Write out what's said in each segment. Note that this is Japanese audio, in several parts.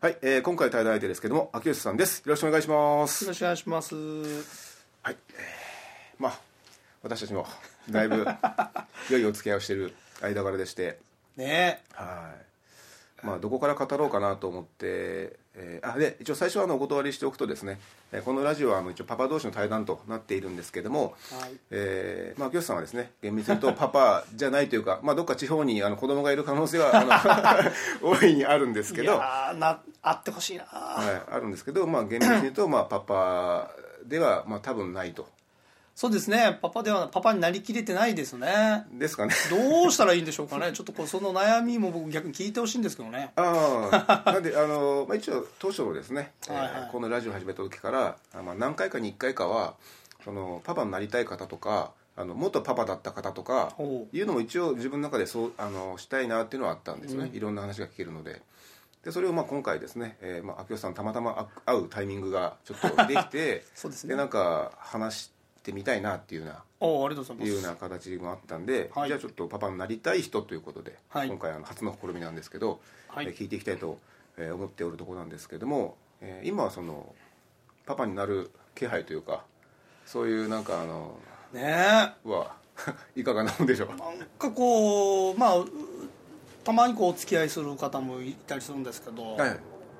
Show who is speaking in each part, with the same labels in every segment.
Speaker 1: はい、えー今回の対談相手ですけども秋吉さんですよろしくお願いしま
Speaker 2: よ
Speaker 1: す
Speaker 2: ろしくお願いします。
Speaker 1: はい、えーまあ私たちもだい ぶ良いお付き合いをしている間柄でして
Speaker 2: ね
Speaker 1: はいまあどこから語ろうかなと思って、えーあで一応最初はあのお断りしておくとですね、えーこのラジオはあの一応パパ同士の対談となっているんですけども、
Speaker 2: はい
Speaker 1: えーまあ、秋吉さんはですね厳密に言うとパパじゃないというか、まあ、どっか地方にあの子供がいる可能性は あの大いにあるんです
Speaker 2: え。
Speaker 1: け
Speaker 2: い
Speaker 1: ど
Speaker 2: やーなあってほしいな。
Speaker 1: はい、あるんですけど、まあ、厳密に言うと、まあ、パパでは、まあ、多分ないと
Speaker 2: そうですね。パパではパパになりきれてないですね。
Speaker 1: ですかね
Speaker 2: どうしたらいいんでしょうかね。 ちょっとこうその悩みも僕逆に聞いてほしいんですけどね。
Speaker 1: あ あなんであの、まあ、一応当初のですね、えー
Speaker 2: はいはい
Speaker 1: このラジオ始めた時から、あまあ、何回かに1回かはそのパパになりたい方とかあの元パパだった方とか
Speaker 2: ほう
Speaker 1: いうのも一応自分の中でそうあのしたいなっていうのはあったんですね、いろんな話が聞けるので。でそれをまあ今回ですね、えーまあ、秋吉さんたまたま会うタイミングがちょっとできて
Speaker 2: そうですね
Speaker 1: でなんか話してみたいなっていうような
Speaker 2: おおありがとう
Speaker 1: っ
Speaker 2: ご
Speaker 1: て
Speaker 2: ざい
Speaker 1: いうよう
Speaker 2: ます。
Speaker 1: な形もあったんで、
Speaker 2: はい
Speaker 1: じゃあちょっとパパになりたい人ということで、
Speaker 2: はい
Speaker 1: 今回あの初の試みなんですけど、
Speaker 2: はい
Speaker 1: えー聞いていきたいとえー思っておるところなんですけども、えー今はそのパパになる気配というかそういうなんかあの
Speaker 2: ねえ。な
Speaker 1: は いかがなもんでしょう、
Speaker 2: んかこうまあうたまにこうお付き合いする方もいたりするんですけど。
Speaker 1: はい、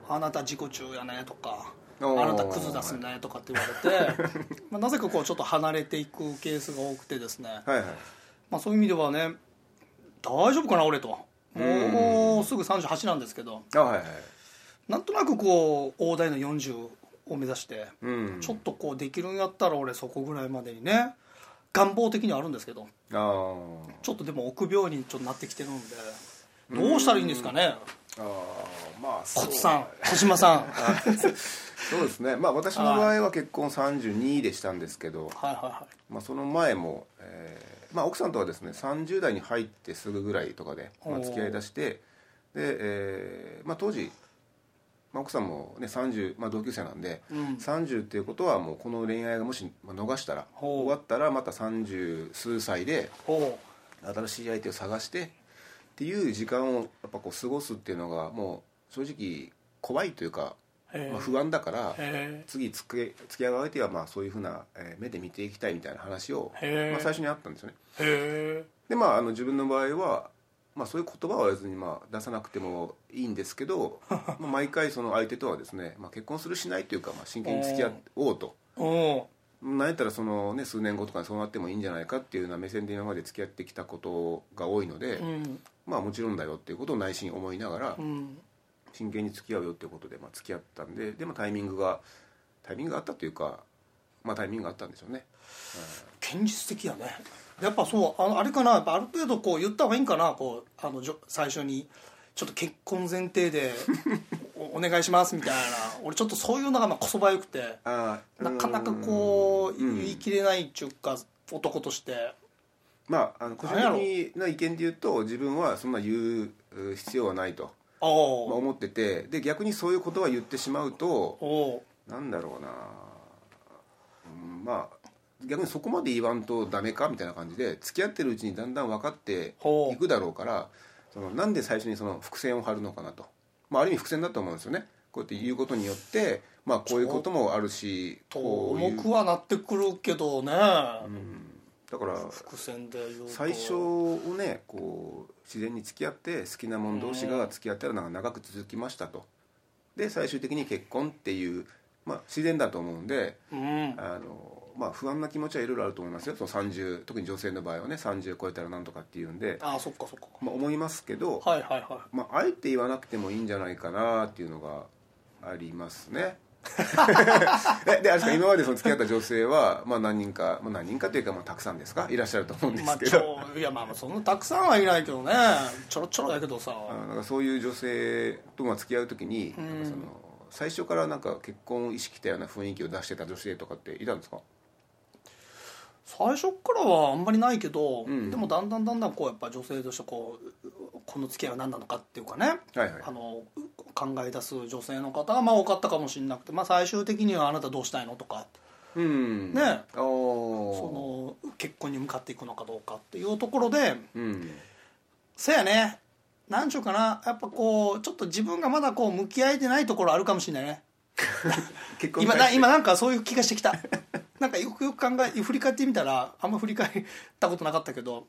Speaker 2: あなた自己中やねとかあ
Speaker 1: おー
Speaker 2: なたクズ出すねとかって言わ れて、まあ、なぜかこうちょっと離れていくケースが多くてですね、
Speaker 1: はいはい
Speaker 2: まあ、そういう意味ではね大丈夫かな俺ともうすぐ38なんですけど
Speaker 1: あはいはい
Speaker 2: なんとなくこう大台の40を目指して、
Speaker 1: うん
Speaker 2: ちょっとこうできるんやったら俺そこぐらいまでにね願望的にはあるんですけど
Speaker 1: あー
Speaker 2: ちょっとでも臆病にちょっとなってきてるんでどうしたらいいんですかね
Speaker 1: あーまあそ
Speaker 2: コ
Speaker 1: う
Speaker 2: ツさん小島さんはい
Speaker 1: そうですねまあ私の場合は結婚32でしたんですけど、
Speaker 2: はいは
Speaker 1: まあ、その前も、えーまあ、奥さんとはですね30代に入ってすぐぐらいとかで、まあ、
Speaker 2: おー
Speaker 1: 付き合いだしてで、えーまあ、当時、まあ、奥さんも、ね30まあ、同級生なんで、
Speaker 2: うん
Speaker 1: 30っていうことはもうこの恋愛がもしまあ逃したら
Speaker 2: ほう
Speaker 1: 終わったらまた30数歳で
Speaker 2: いおう
Speaker 1: 新しい相手を探してっていう時間をやっぱこう過ごすっていうのがもう正直怖いというか、
Speaker 2: へえ
Speaker 1: まあ、不安だから。
Speaker 2: へ
Speaker 1: 次付き付き合う相手はまあそういうふうなえー目で見ていきたいみたいな話を、
Speaker 2: へー
Speaker 1: まあ、最初にあったんですよね
Speaker 2: えへ
Speaker 1: でまああの自分の場合は、まあ、そういう言葉は別にまあ出さなくてもいいんですけ どまあ毎回その相手とはですね、まあ、結婚するしないというか、まあ、真剣に付き合おうと。
Speaker 2: えお
Speaker 1: なんやったらその、ね、数年後とかにそうなってもいいんじゃないかっていうような目線で今まで付き合ってきたことが多いので、
Speaker 2: ううん
Speaker 1: まあもちろんだよっていうことを内心思いながら
Speaker 2: うん
Speaker 1: 真剣に付き合うよっていうことで、まあ、付き合ったんででもタイミングがタイミングがあったというか、まあ、タイミングがあったんでしょうね
Speaker 2: 現実的やねやっぱそうあのあれかなやっぱある程度こう言った方がいいんかなこうあのじょ最初にちょっと結婚前提でおお願いしますみたいな俺ちょっとそういうのがまあこそばよくて
Speaker 1: あー
Speaker 2: なかなかこ
Speaker 1: う
Speaker 2: う
Speaker 1: ん
Speaker 2: 言い切れないっていうか男として
Speaker 1: まああの個人
Speaker 2: なんやろ
Speaker 1: 的な意見で言うと自分はそんな言うう必要はないと、
Speaker 2: お
Speaker 1: まあ、
Speaker 2: お
Speaker 1: 思っててで逆にそういうことは言ってしまうと
Speaker 2: お
Speaker 1: なんだろうな、うん、まあ逆にそこまで言わんとダメかみたいな感じで付き合ってるうちにだんだん分かって
Speaker 2: ほう
Speaker 1: いくだろうからそのなんで最初にその伏線を張るのかなと、まあ、ある意味伏線だと思うんですよねこうやって言うことによって、まあ、こういうこともあるし
Speaker 2: と
Speaker 1: こうい
Speaker 2: 重く
Speaker 1: う
Speaker 2: はなってくるけどね、
Speaker 1: だから
Speaker 2: 伏線で言うと
Speaker 1: 最初をねこう自然に付き合って好きな者同士が付き合ったらなんか長く続きましたとで最終的に結婚っていう、まあ、自然だと思うんで
Speaker 2: うん
Speaker 1: あの、まあ、不安な気持ちはいろいろあると思いますよその30特に女性の場合はね30超えたらなんとかっていうんで、
Speaker 2: ああそっかそっか
Speaker 1: まあ、思いますけど、
Speaker 2: はいはいはい
Speaker 1: まあ、あえて言わなくてもいいんじゃないかなっていうのがありますねえであれですか今までその付き合った女性は、まあ、何人か、まあ、何人かというか、まあ、たくさんですかいらっしゃると思うんで
Speaker 2: ますあ
Speaker 1: け
Speaker 2: ち
Speaker 1: ど、
Speaker 2: ょいやまあまあそんなたくさんはいないけどねちょろちょろだけどさ
Speaker 1: あのなんかそういう女性とまあ付き合う時に、なんかその最初からなんか結婚を意識したような雰囲気を出してた女性とかっていたんですか
Speaker 2: 最初からはあんまりないけど、
Speaker 1: ん
Speaker 2: でもだんだんだんだんこうやっぱ女性としてこうこの付き合いは何なのかっていうかね、
Speaker 1: はいはい
Speaker 2: あの考え出す女性の方がまあ多かったかもしれなくて、まあ、最終的にはあなたどうしたいのとか
Speaker 1: うん
Speaker 2: ね
Speaker 1: ああ
Speaker 2: その結婚に向かっていくのかどうかっていうところで
Speaker 1: うん
Speaker 2: せやねなんちゅうかなやっぱこうちょっと自分がまだこう向き合えてないところあるかもしれないね
Speaker 1: 結婚に
Speaker 2: 今
Speaker 1: 対
Speaker 2: な
Speaker 1: して
Speaker 2: 今なんかそういう気がしてきた なんかよくよく考え振り返ってみたらあんま振り返ったことなかったけど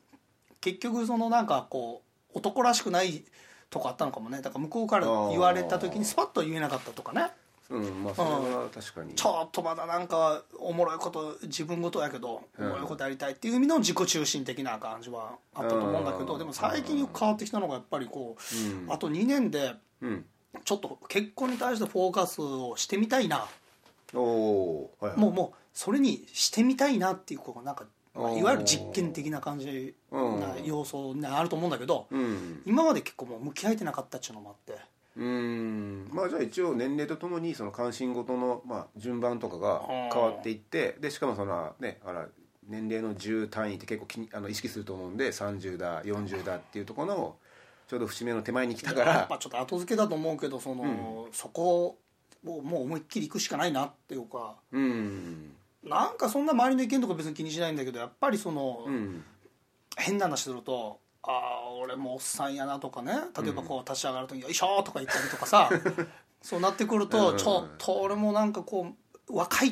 Speaker 2: 結局そのなんかこう男らしくないとこあったのかもねだから向こうから言われた時にスパッと言えなかったとかね
Speaker 1: うんまあそれは確かに
Speaker 2: ちょっとまだなんかおもろいこと自分ごとやけどお
Speaker 1: うん
Speaker 2: もろいことやりたいっていう意味の自己中心的な感じはあったと思うんだけ
Speaker 1: う
Speaker 2: ど
Speaker 1: ん
Speaker 2: でも最近よく変わってきたのがやっぱりこ
Speaker 1: う
Speaker 2: うんあと2年で
Speaker 1: うん
Speaker 2: ちょっと結婚に対してフォーカスをしてみたいな
Speaker 1: おおーはいはい
Speaker 2: もうもうそれにしてみたいなっていうこうなんかまあ
Speaker 1: うん
Speaker 2: いわゆる実験的な感じな
Speaker 1: うん
Speaker 2: 要素にあると思うんだけど
Speaker 1: うん
Speaker 2: 今まで結構もう向き合えてなかったっていうのもあって
Speaker 1: うんまあじゃあ一応年齢とともにその関心事のまあ順番とかが変わっていってでしかもそのねあら年齢の10単位って結構気にあの意識すると思うんで30だ40だっていうところのちょうど節目の手前に来たか
Speaker 2: やっ
Speaker 1: ら
Speaker 2: ぱちょっと後付けだと思うけどそのそこをもう思いっきり行くしかないなっていうか。
Speaker 1: うん
Speaker 2: なんかそんな周りの意見とか別に気にしないんだけどやっぱりその、
Speaker 1: うん
Speaker 2: 変な話すると「ああ俺もうおっさんやな」とかね例えばこう立ち上がる時に「よいしょ」とか言ったりと かさそうなってくると、
Speaker 1: うん
Speaker 2: ちょっと俺もなんかこう若いっ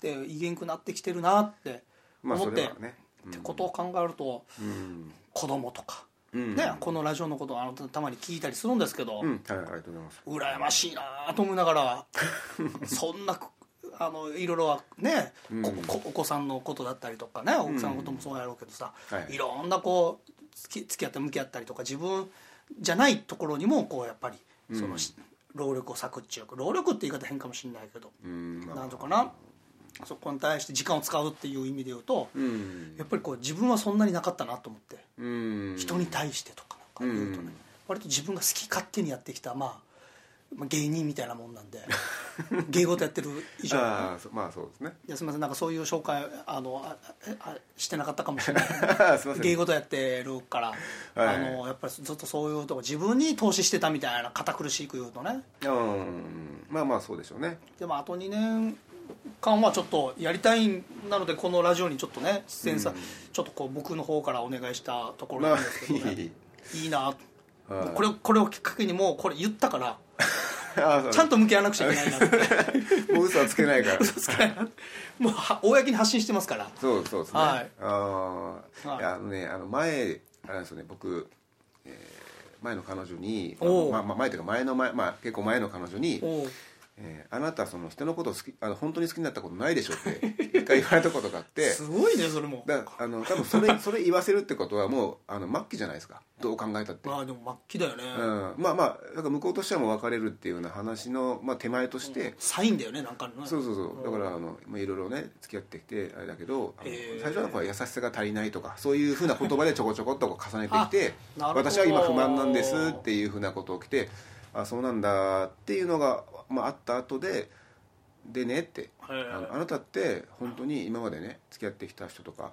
Speaker 2: て言えんくなってきてるなって
Speaker 1: まあ
Speaker 2: 思
Speaker 1: そ
Speaker 2: って、
Speaker 1: れはね
Speaker 2: ってことを考えると
Speaker 1: うん
Speaker 2: 子供とか、
Speaker 1: うん
Speaker 2: ね、このラジオのことをあのたまに聞いたりするんですけど、
Speaker 1: うんはいありがとうございます
Speaker 2: 羨ましいなと思いながらそんなこあのいろいろはね、ここお子さんのことだったりとかね奥さんのこともそうやろうけどさ、
Speaker 1: はい
Speaker 2: い、ろんなこう付き付き合って向き合ったりとか自分じゃないところにもこうやっぱりその、し労力を割くっていうか労力って言い方変かもしれないけど、
Speaker 1: うんまあ
Speaker 2: なんとかなそこに対して時間を使うっていう意味で言うと、
Speaker 1: うん
Speaker 2: やっぱりこう自分はそんなになかったなと思って。
Speaker 1: うん
Speaker 2: 人に対してとかなんか言うと
Speaker 1: う
Speaker 2: ね、
Speaker 1: ん
Speaker 2: 割と自分が好き勝手にやってきた、まあ、まあ芸人みたいなもんなん で芸事やってる以上
Speaker 1: ああそまあそうですね
Speaker 2: いやすみませんなんかそういう紹介あのあああしてなかったかもしれ ない
Speaker 1: すいません
Speaker 2: 芸事やってるから、
Speaker 1: はい
Speaker 2: あのやっぱりずっとそういうとこ自分に投資してたみたいな堅苦しく言うとね
Speaker 1: うんまあまあそうでしょうね
Speaker 2: でもあと2年間はちょっとやりたいなのでこのラジオにちょっとね出演さ、ちょっとこう僕の方からお願いしたところ
Speaker 1: ま
Speaker 2: なん
Speaker 1: あ
Speaker 2: ですけ
Speaker 1: い
Speaker 2: どね、
Speaker 1: い
Speaker 2: いいな
Speaker 1: はい
Speaker 2: もうこれをこれをきっかけにもうこれ言ったから
Speaker 1: ああ
Speaker 2: ちゃんと向き合わなくちゃいけないなって
Speaker 1: もう嘘はつけないから
Speaker 2: 嘘つけないなもうは公に発信してますから
Speaker 1: そうそうですね、
Speaker 2: はい
Speaker 1: ああ、
Speaker 2: はい
Speaker 1: いやあのねあの前あれですよね僕、えー前の彼女に
Speaker 2: おう
Speaker 1: まあ、まあ前というか前の前、まあ、結構前の彼女に
Speaker 2: おう
Speaker 1: 「えーあなたその人のこと好きあの本当に好きになったことないでしょ」って一回言われたことがあって
Speaker 2: すごいねそれも
Speaker 1: だあの多分それそれ言わせるってことはもうあの末期じゃないですかどう考えたって、
Speaker 2: まあでも末期だよね、
Speaker 1: うん、まあまあだから向こうとしてはもう別れるっていうような話の、まあ、手前として、
Speaker 2: サインだよねなんかのね
Speaker 1: そうそうそうだからあのまあいろいろね付き合ってきてあれだけどあの
Speaker 2: へー
Speaker 1: 最初はやっぱ優しさが足りないとかそういうふうな言葉でちょこちょこっとこう重ねてきて
Speaker 2: あなるほど
Speaker 1: 私は今不満なんですっていうふうなことを来てあそうなんだっていうのが、まあ、あった後ででねって
Speaker 2: へー
Speaker 1: あのあなたって本当に今までね付き合ってきた人とか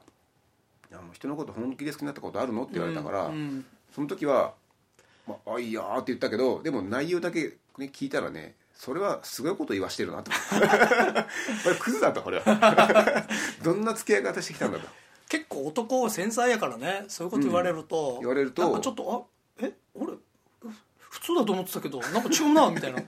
Speaker 1: あの人のこと本気で好きになったことあるのって言われたから、
Speaker 2: うんうん
Speaker 1: その時は「まあ、あいいや」って言ったけどでも内容だけ、ね、聞いたらねそれはすごいこと言わしてるなと これクズだとこれは どんな付き合い方してきたんだと
Speaker 2: 結構男は繊細やからねそういうこと言われると、
Speaker 1: 言われると
Speaker 2: なんかちょっとあえ俺普通だと思ってたけどなんか違うな みたいな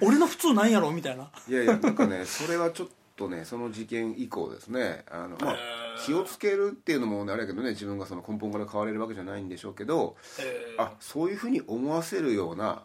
Speaker 2: 俺の普通なんやろみたいない
Speaker 1: やいやなんかねそれはちょっとねその事件以降ですねあの、まあ
Speaker 2: へ、ー
Speaker 1: 気をつけるっていうのもねあれやけどね自分がその根本から変われるわけじゃないんでしょうけど
Speaker 2: えー
Speaker 1: あそういうふうに思わせるような、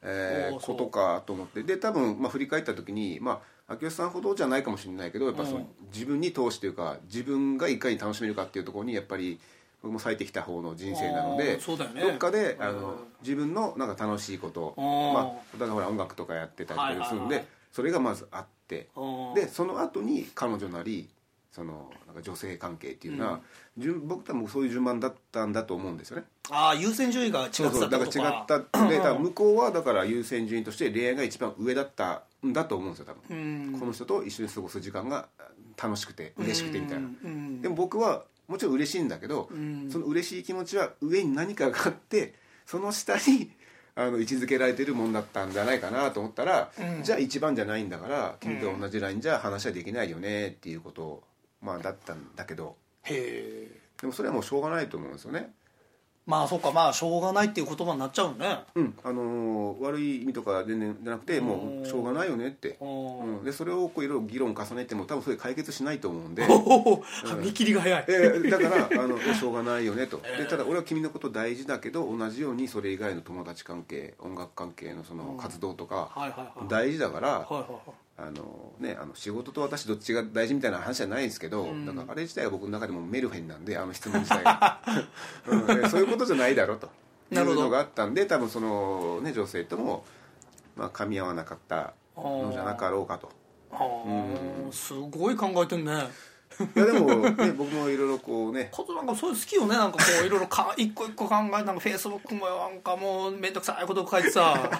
Speaker 1: えー
Speaker 2: おーそう
Speaker 1: ことかと思ってで多分、まあ、振り返った時に、まあ、秋吉さんほどじゃないかもしれないけどやっぱその、
Speaker 2: うん
Speaker 1: 自分に投資というか自分がいかに楽しめるかっていうところにやっぱり僕も割いてきた方の人生なの
Speaker 2: あ
Speaker 1: で、
Speaker 2: ーそうだよね
Speaker 1: どっかであ
Speaker 2: うん
Speaker 1: の自分のなんか楽しいこと、
Speaker 2: うん
Speaker 1: まあ、だからほら音楽とかやってたりとかするんで、
Speaker 2: はいはいはい
Speaker 1: それがまずあって
Speaker 2: うん
Speaker 1: でその後に彼女なりそのなんか女性関係っていうのは、順僕多分そういう順番だったんだと思うんですよね
Speaker 2: ああ優先順位が違って
Speaker 1: そう
Speaker 2: たと
Speaker 1: そう
Speaker 2: か
Speaker 1: だから違ったで多分向こうはだから優先順位として恋愛が一番上だったんだと思うんですよ多
Speaker 2: う
Speaker 1: 分、
Speaker 2: ん
Speaker 1: この人と一緒に過ごす時間が楽しくて嬉しくてみたいな、
Speaker 2: うん
Speaker 1: でも僕はもちろん嬉しいんだけど、
Speaker 2: うん
Speaker 1: その嬉しい気持ちは上に何かがあってその下にあの位置づけられてるもんだったんじゃないかなと思ったら、
Speaker 2: うん
Speaker 1: じゃあ一番じゃないんだから君と同じラインじゃ話はできないよねっていうことを、まあ、だったんだけど
Speaker 2: へえ
Speaker 1: でもそれはもうしょうがないと思うんですよね。
Speaker 2: まあそうかまあしょうがないっていう言葉になっちゃうね
Speaker 1: うんあのー悪い意味とか全然じゃなくても
Speaker 2: うん
Speaker 1: うしょうがないよねって、
Speaker 2: お
Speaker 1: うん、でそれをこういろいろ議論重ねても多分それ解決しないと思うんで。
Speaker 2: おー 見切りが早い
Speaker 1: えーだからあのしょうがないよねとでただ俺は君のこと大事だけど同じようにそれ以外の友達関係音楽関係のその活動とか
Speaker 2: はいはいはい
Speaker 1: 大事だから
Speaker 2: はいはいはい
Speaker 1: あの、ね、あの仕事と私どっちが大事みたいな話じゃないですけど、だからあれ自体は僕の中でもメルヘンなんであの質問自体が、 うんえそういうことじゃないだろうとい
Speaker 2: なるほ
Speaker 1: う
Speaker 2: ど
Speaker 1: のがあったんで多分その、ね、女性とも、まあ、噛み合わなかったのじゃなかろうかと。
Speaker 2: あーすごい考えてんね
Speaker 1: いやでも、 ね、僕もいろいろこうね
Speaker 2: ことなんかそういう好きよねなんかこ ういろいろか一個一個考えなんかフェイスブックもなんかもう面倒くさいこと書い てさ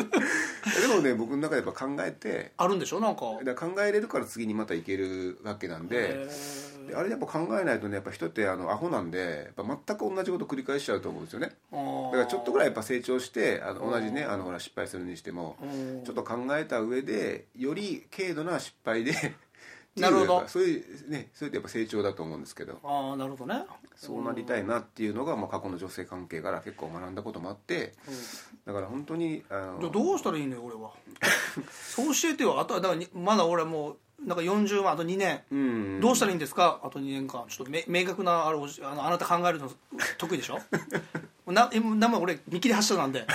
Speaker 1: でもね僕の中でやっぱ考えて
Speaker 2: あるんでしょなんか
Speaker 1: だから考えれるから次にまたいけるわけなんで
Speaker 2: へ
Speaker 1: であれやっぱ考えないとねやっぱ人ってあのアホなんでやっぱ全く同じこと繰り返しちゃうと思うんですよね
Speaker 2: あー
Speaker 1: だからちょっとぐらいやっぱ成長してあの同じねあのほら失敗するにしても
Speaker 2: うん
Speaker 1: ちょっと考えた上でより軽度な失敗 でっていう
Speaker 2: なるほど
Speaker 1: やっぱそういうねそれってやっぱ成長だと思うんですけど
Speaker 2: ああなるほどね
Speaker 1: そうなりたいなっていうのが、まあ、過去の女性関係から結構学んだこともあってだから本当にあ
Speaker 2: じゃあ
Speaker 1: の
Speaker 2: どうしたらいいのよ俺 はそう教えてよあとはだからにまだ俺はもうなんか40万あと2年
Speaker 1: うん
Speaker 2: どうしたらいいんですかあと2年間ちょっとめ明確なあれをあのあなた考えるの得 意でしょなえもう名前俺見切り発車なんで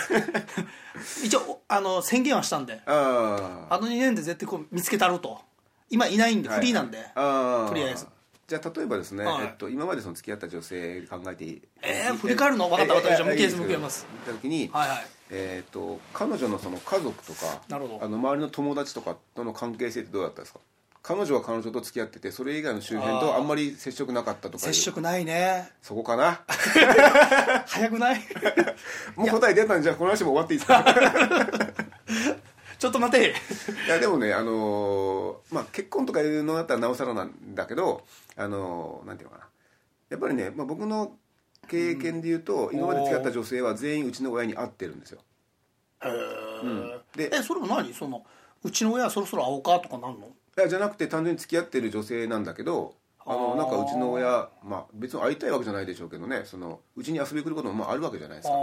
Speaker 2: 一応おあの宣言はしたんで
Speaker 1: ああ
Speaker 2: あの2年で絶対こう見つけたろうと今いないんで
Speaker 1: はい
Speaker 2: フリーなんで、
Speaker 1: あー
Speaker 2: とりあえず
Speaker 1: じゃあ例えばですね、
Speaker 2: はい
Speaker 1: えっと、今までその付き合った女性考えていい
Speaker 2: えー振り返るの分かった分かったじゃあ
Speaker 1: ええ
Speaker 2: 向けず
Speaker 1: ええ
Speaker 2: 向けます
Speaker 1: いいですよ見た時に、
Speaker 2: はいはい
Speaker 1: えーっと彼女のその家族とか
Speaker 2: なるほど
Speaker 1: あの周りの友達とかとの関係性ってどうだったんですか彼女は彼女と付き合っててそれ以外の周辺とあんまり接触なかったとかい
Speaker 2: 接
Speaker 1: う
Speaker 2: 触 な いね
Speaker 1: そこかな
Speaker 2: 早くない
Speaker 1: もう答え出たんじゃあこの話も終わっていいですか
Speaker 2: ちょっと待て
Speaker 1: いやでもねあのーまあ結婚とかいうのだったらなおさらなんだけどあのーなんていうのかなやっぱりね、まあ、僕の経験で言うと、今まで付き合った女性は全員うちの親に会ってるんですよ
Speaker 2: へ
Speaker 1: んで
Speaker 2: えそれも何そのうちの親そろそろ会おうかとかなんの
Speaker 1: いやじゃなくて単純に付き合ってる女性なんだけどあの
Speaker 2: あー
Speaker 1: なんかうちの親、まあ、別に会いたいわけじゃないでしょうけどねそのうちに遊びに来ることもまああるわけじゃないですか
Speaker 2: あ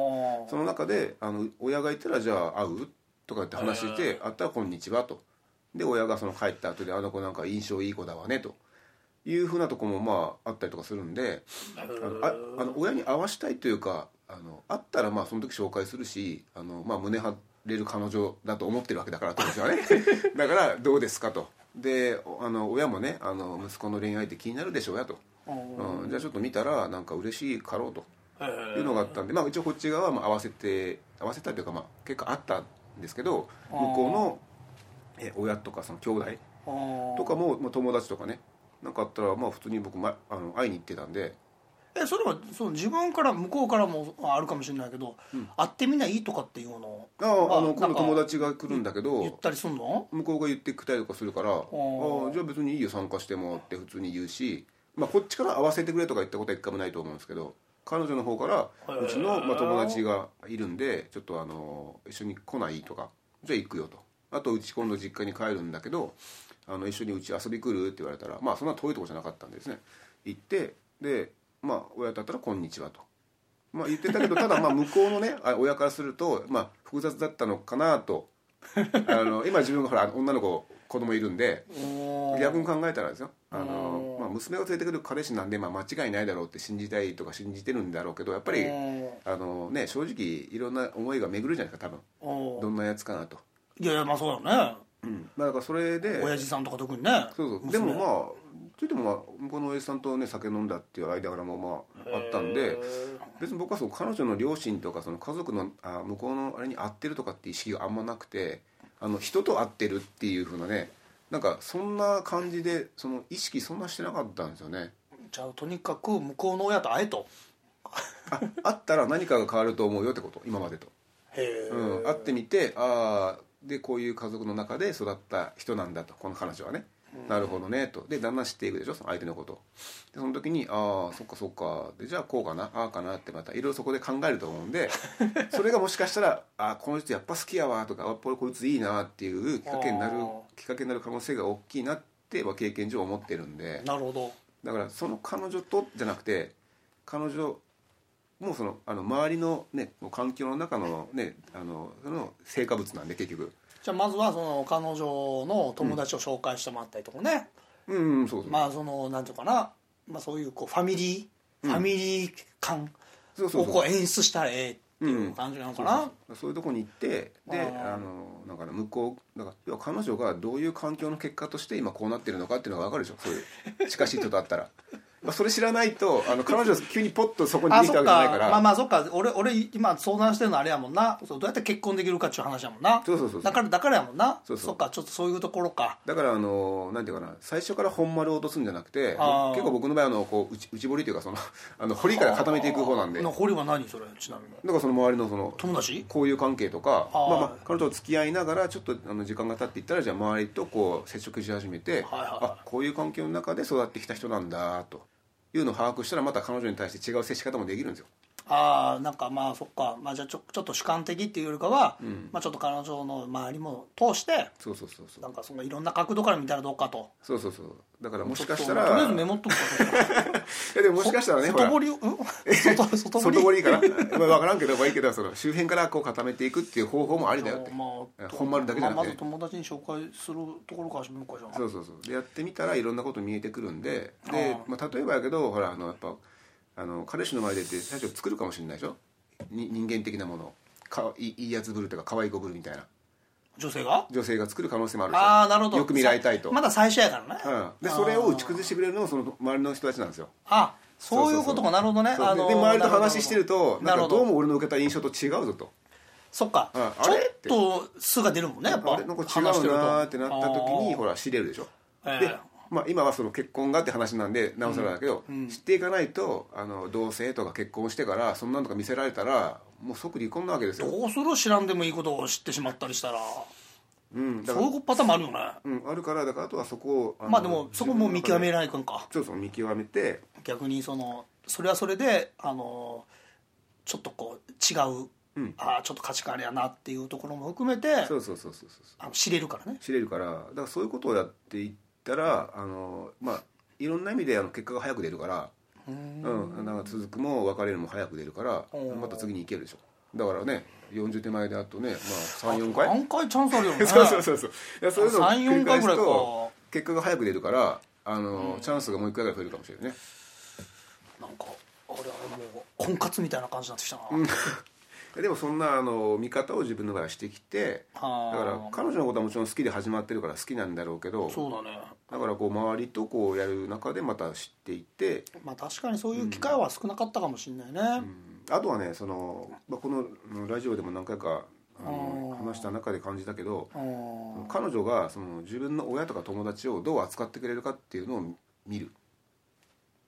Speaker 1: その中であの親がいたらじゃあ会うとかって話して、会ったら「こんにちは」とで親がその帰った後で「あの子なんか印象いい子だわね」というふうなとこもまああったりとかするんであのああの親に会わしたいというかあの会ったらまあその時紹介するしあの、まあ、胸張れる彼女だと思ってるわけだから当 時はねだからどうですかとでおあの親もねあの息子の恋愛って気になるでしょうやと、
Speaker 2: あ
Speaker 1: うん、じゃあちょっと見たらなんか嬉しいかろうと。
Speaker 2: へ
Speaker 1: っていうのがあったんで、まあ、一応こっち側はまあ合わせて合わせたというか、まあ、結果あったんですけど向こうのえ親とかその兄弟
Speaker 2: え
Speaker 1: とかも、まあ、友達とかねなんかあったらまあ普通に僕、ま、あの会いに行ってたんで
Speaker 2: えそれはその自分から向こうからもああるかもしれないけど、会ってみないいとかっていうの
Speaker 1: あああ
Speaker 2: なん
Speaker 1: の
Speaker 2: か
Speaker 1: 今度友達が来るんだけ
Speaker 2: 言
Speaker 1: ど
Speaker 2: ったりすんの
Speaker 1: 向こうが言ってきたりとかするからああじゃあ別にいいよ参加してもって普通に言うし、まあ、こっちから会わせてくれとか言ったことは一回もないと思うんですけど彼女の方からうちの、まあ、友達がいるんでちょっとあの一緒に来ないとかじゃあ行くよとあとうち今度実家に帰るんだけどあの一緒にうち遊び来るって言われたらまあそんな遠いとこじゃなかったんでですね行ってでまあ親だったら「こんにちは」と。まあ言ってたけどただまあ向こうのねあ親からするとまあ複雑だったのかなとあの今自分がほら女の子子供いるんで
Speaker 2: おー
Speaker 1: 逆に考えたらですよあの、まあ、娘を連れてくる彼氏なんで、まあ、間違いないだろうって信じたいとか信じてるんだろうけどやっぱり
Speaker 2: お
Speaker 1: あの、ね、正直いろんな思いが巡るじゃないですか
Speaker 2: ー
Speaker 1: 多
Speaker 2: お
Speaker 1: 分
Speaker 2: ー
Speaker 1: どんなやつかなと、
Speaker 2: いやいやまあそうだよね、
Speaker 1: うんまあ、だからそれで
Speaker 2: 親父さんとか特にね
Speaker 1: そうそう
Speaker 2: 娘
Speaker 1: でもまあといってもまあ向こうの親父さんとね酒飲んだっていう間柄もまああったんで別に僕はそう彼女の両親とかその家族のあ向こうのあれに合ってるとかって意識があんまなくてあの人と会ってるっていう風なねなんかそんな感じでその意識そんなしてなかったんですよね
Speaker 2: じゃあとにかく向こうの親と会えと
Speaker 1: あ会ったら何かが変わると思うよってこと今までと、
Speaker 2: へえ、
Speaker 1: うん、会ってみてああでこういう家族の中で育った人なんだとこの彼女はね、なるほどねとでだんだん知っていくでしょその相手のことでその時にああそっかそっかでじゃあこうかなああかなってまたいろいろそこで考えると思うんでそれがもしかしたらああこの人やっぱ好きやわとかあこれこいついいなっていうきっかけになる
Speaker 2: あ
Speaker 1: きっかけになる可能性が大きいなっては経験上思ってるんで
Speaker 2: なるほど
Speaker 1: だからその彼女とじゃなくて彼女もそのあの周りの、ね、もう環境の中の,、ね、あのその成果物なんで結局
Speaker 2: じゃあまずはその彼女の友達を紹介してもらったりとかね、
Speaker 1: うんうんそうそう、
Speaker 2: まあそのなんていうかな、まあ、そういうこうファミリー、ファミリー感
Speaker 1: そうそ
Speaker 2: を
Speaker 1: うそう
Speaker 2: こう演出したらええっていう感じなのかな、
Speaker 1: そういうとこに行ってで
Speaker 2: あー
Speaker 1: あのだから向こうだから要は彼女がどういう環境の結果として今こうなってるのかっていうのが分かるでしょそういう近しい人と会ったら、まあ、それ知らないとあの彼女急にポッとそこに
Speaker 2: あ
Speaker 1: 出てき
Speaker 2: そ
Speaker 1: た
Speaker 2: っ
Speaker 1: わけじゃない
Speaker 2: か
Speaker 1: から
Speaker 2: まあまあそっか俺俺今相談してるのあれやもんなそうどうやって結婚できるかっていう話やもんな
Speaker 1: そうそうそうそう
Speaker 2: だからだからやもんな
Speaker 1: そうそう
Speaker 2: っかちょっとそういうところか
Speaker 1: だからあのなんていうかな最初から本丸を落とすんじゃなくて
Speaker 2: あー
Speaker 1: 結構僕の場合あのこう内内掘りというかその あの掘りから固めていく方なんでだか
Speaker 2: 残りは何それちなみに
Speaker 1: らその周りのその
Speaker 2: 友達
Speaker 1: 交友関係とか
Speaker 2: あー
Speaker 1: まあまあ、彼女と付き合いながらちょっとあの時間が経っていったらじゃあ周りとこう接触し始めて、
Speaker 2: はいはい
Speaker 1: あこういう環境の中で育ってきた人なんだというのを把握したらまた彼女に対して違う接し方もできるんですよ
Speaker 2: ああなんかまあそっか、まあ、じゃあちょちょっと主観的っていうよりかは、まあ、ちょっと彼女の周りも通して
Speaker 1: そうそうそうそ
Speaker 2: な
Speaker 1: うん
Speaker 2: かそのいろんな角度から見たらどうかと
Speaker 1: そうそうそうだからもしか
Speaker 2: ち
Speaker 1: し
Speaker 2: ょったと
Speaker 1: ら
Speaker 2: とりあえずメモっとくか
Speaker 1: いやでももしかしたらねほ
Speaker 2: 外
Speaker 1: ら
Speaker 2: 堀をん外外
Speaker 1: 外
Speaker 2: 堀
Speaker 1: 堀かな分からんけどまあいいけどその周辺からこう固めていくっていう方法もありだよって
Speaker 2: まあ
Speaker 1: 本丸だけじゃな
Speaker 2: まあ
Speaker 1: く
Speaker 2: まず
Speaker 1: て
Speaker 2: 友達に紹介するところから始めるかじゃん
Speaker 1: そうそうそうでやってみたらいろんなこと見えてくるんでで、まあ、例えばやけどほらあのやっぱあの彼氏の前でって最初作るかもしれないでしょに人間的なものをかいいいやつぶるとか可愛い子ぶるみたいな
Speaker 2: 女性が
Speaker 1: 女性が作る可能性もあるでしょ
Speaker 2: ああなるほど
Speaker 1: よく見られたいと、
Speaker 2: さまだ最初やからね、
Speaker 1: うん、でそれを打ち崩してくれるのもその周りの人たちなんですよ
Speaker 2: あそういうこと
Speaker 1: そ
Speaker 2: か
Speaker 1: う
Speaker 2: なるほどね
Speaker 1: そう
Speaker 2: あの
Speaker 1: でで周りと話してると
Speaker 2: な
Speaker 1: なんか
Speaker 2: る
Speaker 1: ど
Speaker 2: ほど
Speaker 1: うも俺の受けた印象と違うぞと
Speaker 2: そっか、
Speaker 1: うんあ
Speaker 2: ち
Speaker 1: れ
Speaker 2: ょっと素が出るもんねやっぱ
Speaker 1: あれなんか違うなーってなった時にほら知れるでしょ
Speaker 2: あー
Speaker 1: で
Speaker 2: ええ、
Speaker 1: まあ、今はその結婚がって話なんでなおさらだけど、知っていかないとあの同性とか結婚してからそんなのとか見せられたらもう即離婚なわけですよ、
Speaker 2: どうする知らんでもいいことを知ってしまったりしたら
Speaker 1: うん、だ
Speaker 2: そ
Speaker 1: か
Speaker 2: う
Speaker 1: ら
Speaker 2: いうパターンもあるよね
Speaker 1: うん、あるからだからあとはそこをの
Speaker 2: まあでもそこも見極め
Speaker 1: 自分の中で
Speaker 2: ないかんか
Speaker 1: そうそう見極めて
Speaker 2: 逆にそのそれはそれであのちょっとこう違う、
Speaker 1: うん
Speaker 2: ああちょっと価値観あれやなっていうところも含めて
Speaker 1: そうそうそうそうそう
Speaker 2: あの知れるからね
Speaker 1: 知れるからだからそういうことをやっていったらあのまあいろんな意味であの結果が早く出るから
Speaker 2: うん
Speaker 1: うん、なんか続くも別れるも早く出るから
Speaker 2: おー
Speaker 1: また次に行けるでしょだからね40手前であとね、まあ、34回
Speaker 2: 何回チャンスあるよ ね
Speaker 1: そうそうそうそういやそういうのを
Speaker 2: 3-4
Speaker 1: 繰り返す
Speaker 2: 回ぐらいか
Speaker 1: と結果が早く出るからあの、チャンスがもう1回ぐらい増えるかもしれないね
Speaker 2: なんか俺はもう婚活みたいな感じになってきたな、
Speaker 1: でもそんなあの見方を自分の場合はしてきてだ
Speaker 2: はあ
Speaker 1: から彼女のことはもちろん好きで始まってるから好きなんだろうけど
Speaker 2: そうだね
Speaker 1: だからこう周りとこうやる中でまた知っていって
Speaker 2: まあ確かにそういう機会は少なかったかもしれないね、
Speaker 1: あとはねその、まあ、このうんラジオでも何回かあの話した中で感じたけど
Speaker 2: うん
Speaker 1: 彼女がその自分の親とか友達をどう扱ってくれるかっていうのを見る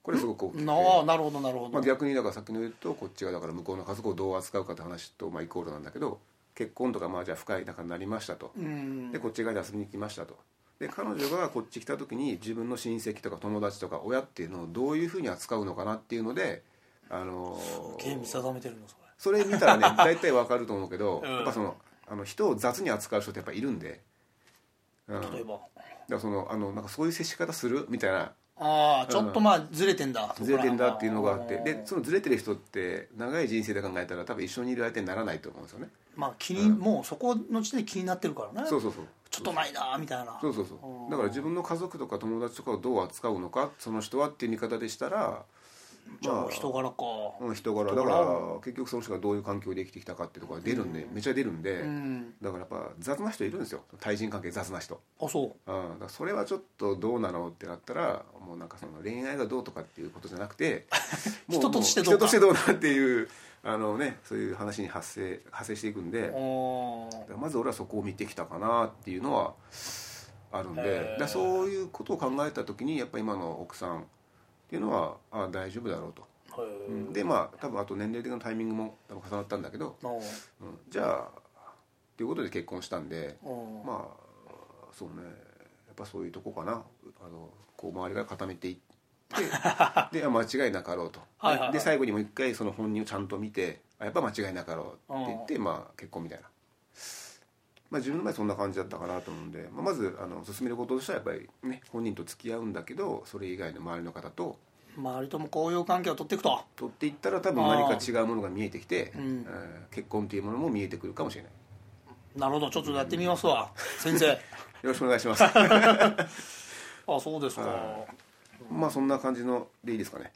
Speaker 1: これすごく大きくて、
Speaker 2: なあなるほどなるほど、
Speaker 1: まあ、逆にだからさっきの言うとこっちがだから向こうの家族をどう扱うかって話とまあイコールなんだけど結婚とかまあじゃあ深い仲になりましたと
Speaker 2: うん
Speaker 1: でこっち側で遊びに来ましたとで彼女がこっち来た時に自分の親戚とか友達とか親っていうのをどういうふうに扱うのかなっていうのであのー
Speaker 2: ゲーム定めてるのそれ
Speaker 1: それ見たら ね大体わかると思うけど、
Speaker 2: うん
Speaker 1: やっぱそのあの人を雑に扱う人ってやっぱいるんで、うん、だか
Speaker 2: 例えば
Speaker 1: らそのあのなんかそういう接し方するみたいな
Speaker 2: ああちょっとまあずれてんだ
Speaker 1: ずれてんだっていうのがあって
Speaker 2: うん
Speaker 1: でそのずれてる人って長い人生で考えたら多分一緒にいる相手にならないと思うんですよね
Speaker 2: まあ気に、もうそこの時点で気になってるからね
Speaker 1: そうそうそう
Speaker 2: ちょっとないなみたいな
Speaker 1: そうそうそうだから自分の家族とか友達とかをどう扱うのかその人はっていう見方でしたら
Speaker 2: じゃ
Speaker 1: ま
Speaker 2: あ人柄か
Speaker 1: うん人柄だから結局その人がどういう環境で生きてきたかっていうところが出るんで、めちゃ出るんで、
Speaker 2: うん
Speaker 1: だからやっぱ雑な人いるんですよ対人関係雑な人
Speaker 2: あそう
Speaker 1: うん、だからそれはちょっとどうなのってなったらもうなんかその恋愛がどうとかっていうことじゃなく てもう
Speaker 2: 人としてどう
Speaker 1: も人と
Speaker 2: か
Speaker 1: してどうなっていうあの、ね、そういう話に発生発生していくんでだ
Speaker 2: あ
Speaker 1: からまず俺はそこを見てきたかなっていうのはあるん
Speaker 2: へー
Speaker 1: でだそういうことを考えた時にやっぱ今の奥さんっていうのはあ大丈夫だろうと、うんでまあ多分あと年齢的なタイミングも多分重なったんだけど、
Speaker 2: おう
Speaker 1: うんじゃあということで結婚したんで
Speaker 2: おう
Speaker 1: まあそうねやっぱそういうとこかなあのこう周りが固めていって であ間違いなかろうと
Speaker 2: はいはいはい
Speaker 1: で最後にもう一回その本人をちゃんと見てあやっぱ間違いなかろうって言って、まあ、結婚みたいな、まあ、自分の前そんな感じだったかなと思うんで、まあ、まずあの進めることとしてはやっぱりね本人と付き合うんだけどそれ以外の周りの方と
Speaker 2: 周りとも交友関係を取っていくと
Speaker 1: 取っていったら多分何か違うものが見えてきて、
Speaker 2: うん
Speaker 1: えー結婚というものも見えてくるかもしれない
Speaker 2: なるほどちょっとやってみま すわ先生
Speaker 1: よろしくお願いし ます
Speaker 2: あそうですか
Speaker 1: はまあそんな感じのでいいですかね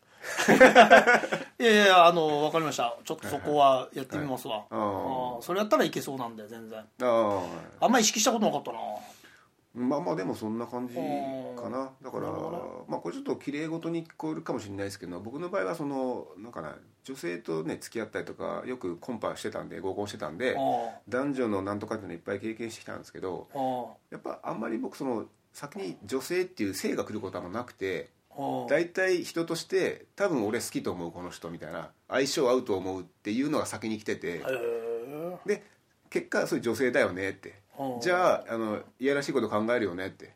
Speaker 2: いやいやあの分かりましたちょっとそこはやってみますわ、
Speaker 1: いはい
Speaker 2: あそれやったらいけそうなんで全然
Speaker 1: ああ
Speaker 2: あんまり意識したことなかったな
Speaker 1: まあまあでもそんな感じかなだから
Speaker 2: なるほ
Speaker 1: まあこれちょっと綺麗事に聞こえるかもしれないですけど僕の場合はそのなんかな女性とね付き合ったりとかよくコンパしてたんで合コンしてたんで
Speaker 2: あ
Speaker 1: 男女のなんとかっていうのいっぱい経験してきたんですけど
Speaker 2: ああ
Speaker 1: やっぱあんまり僕その先に女性っていう性が来ることはあんまなくて
Speaker 2: あ
Speaker 1: 大体人として多分俺好きと思うこの人みたいな相性合うと思うっていうのが先に来てて
Speaker 2: へえ
Speaker 1: で結果そういう女性だよねって
Speaker 2: うん
Speaker 1: じゃああのいやらしいこと考えるよねって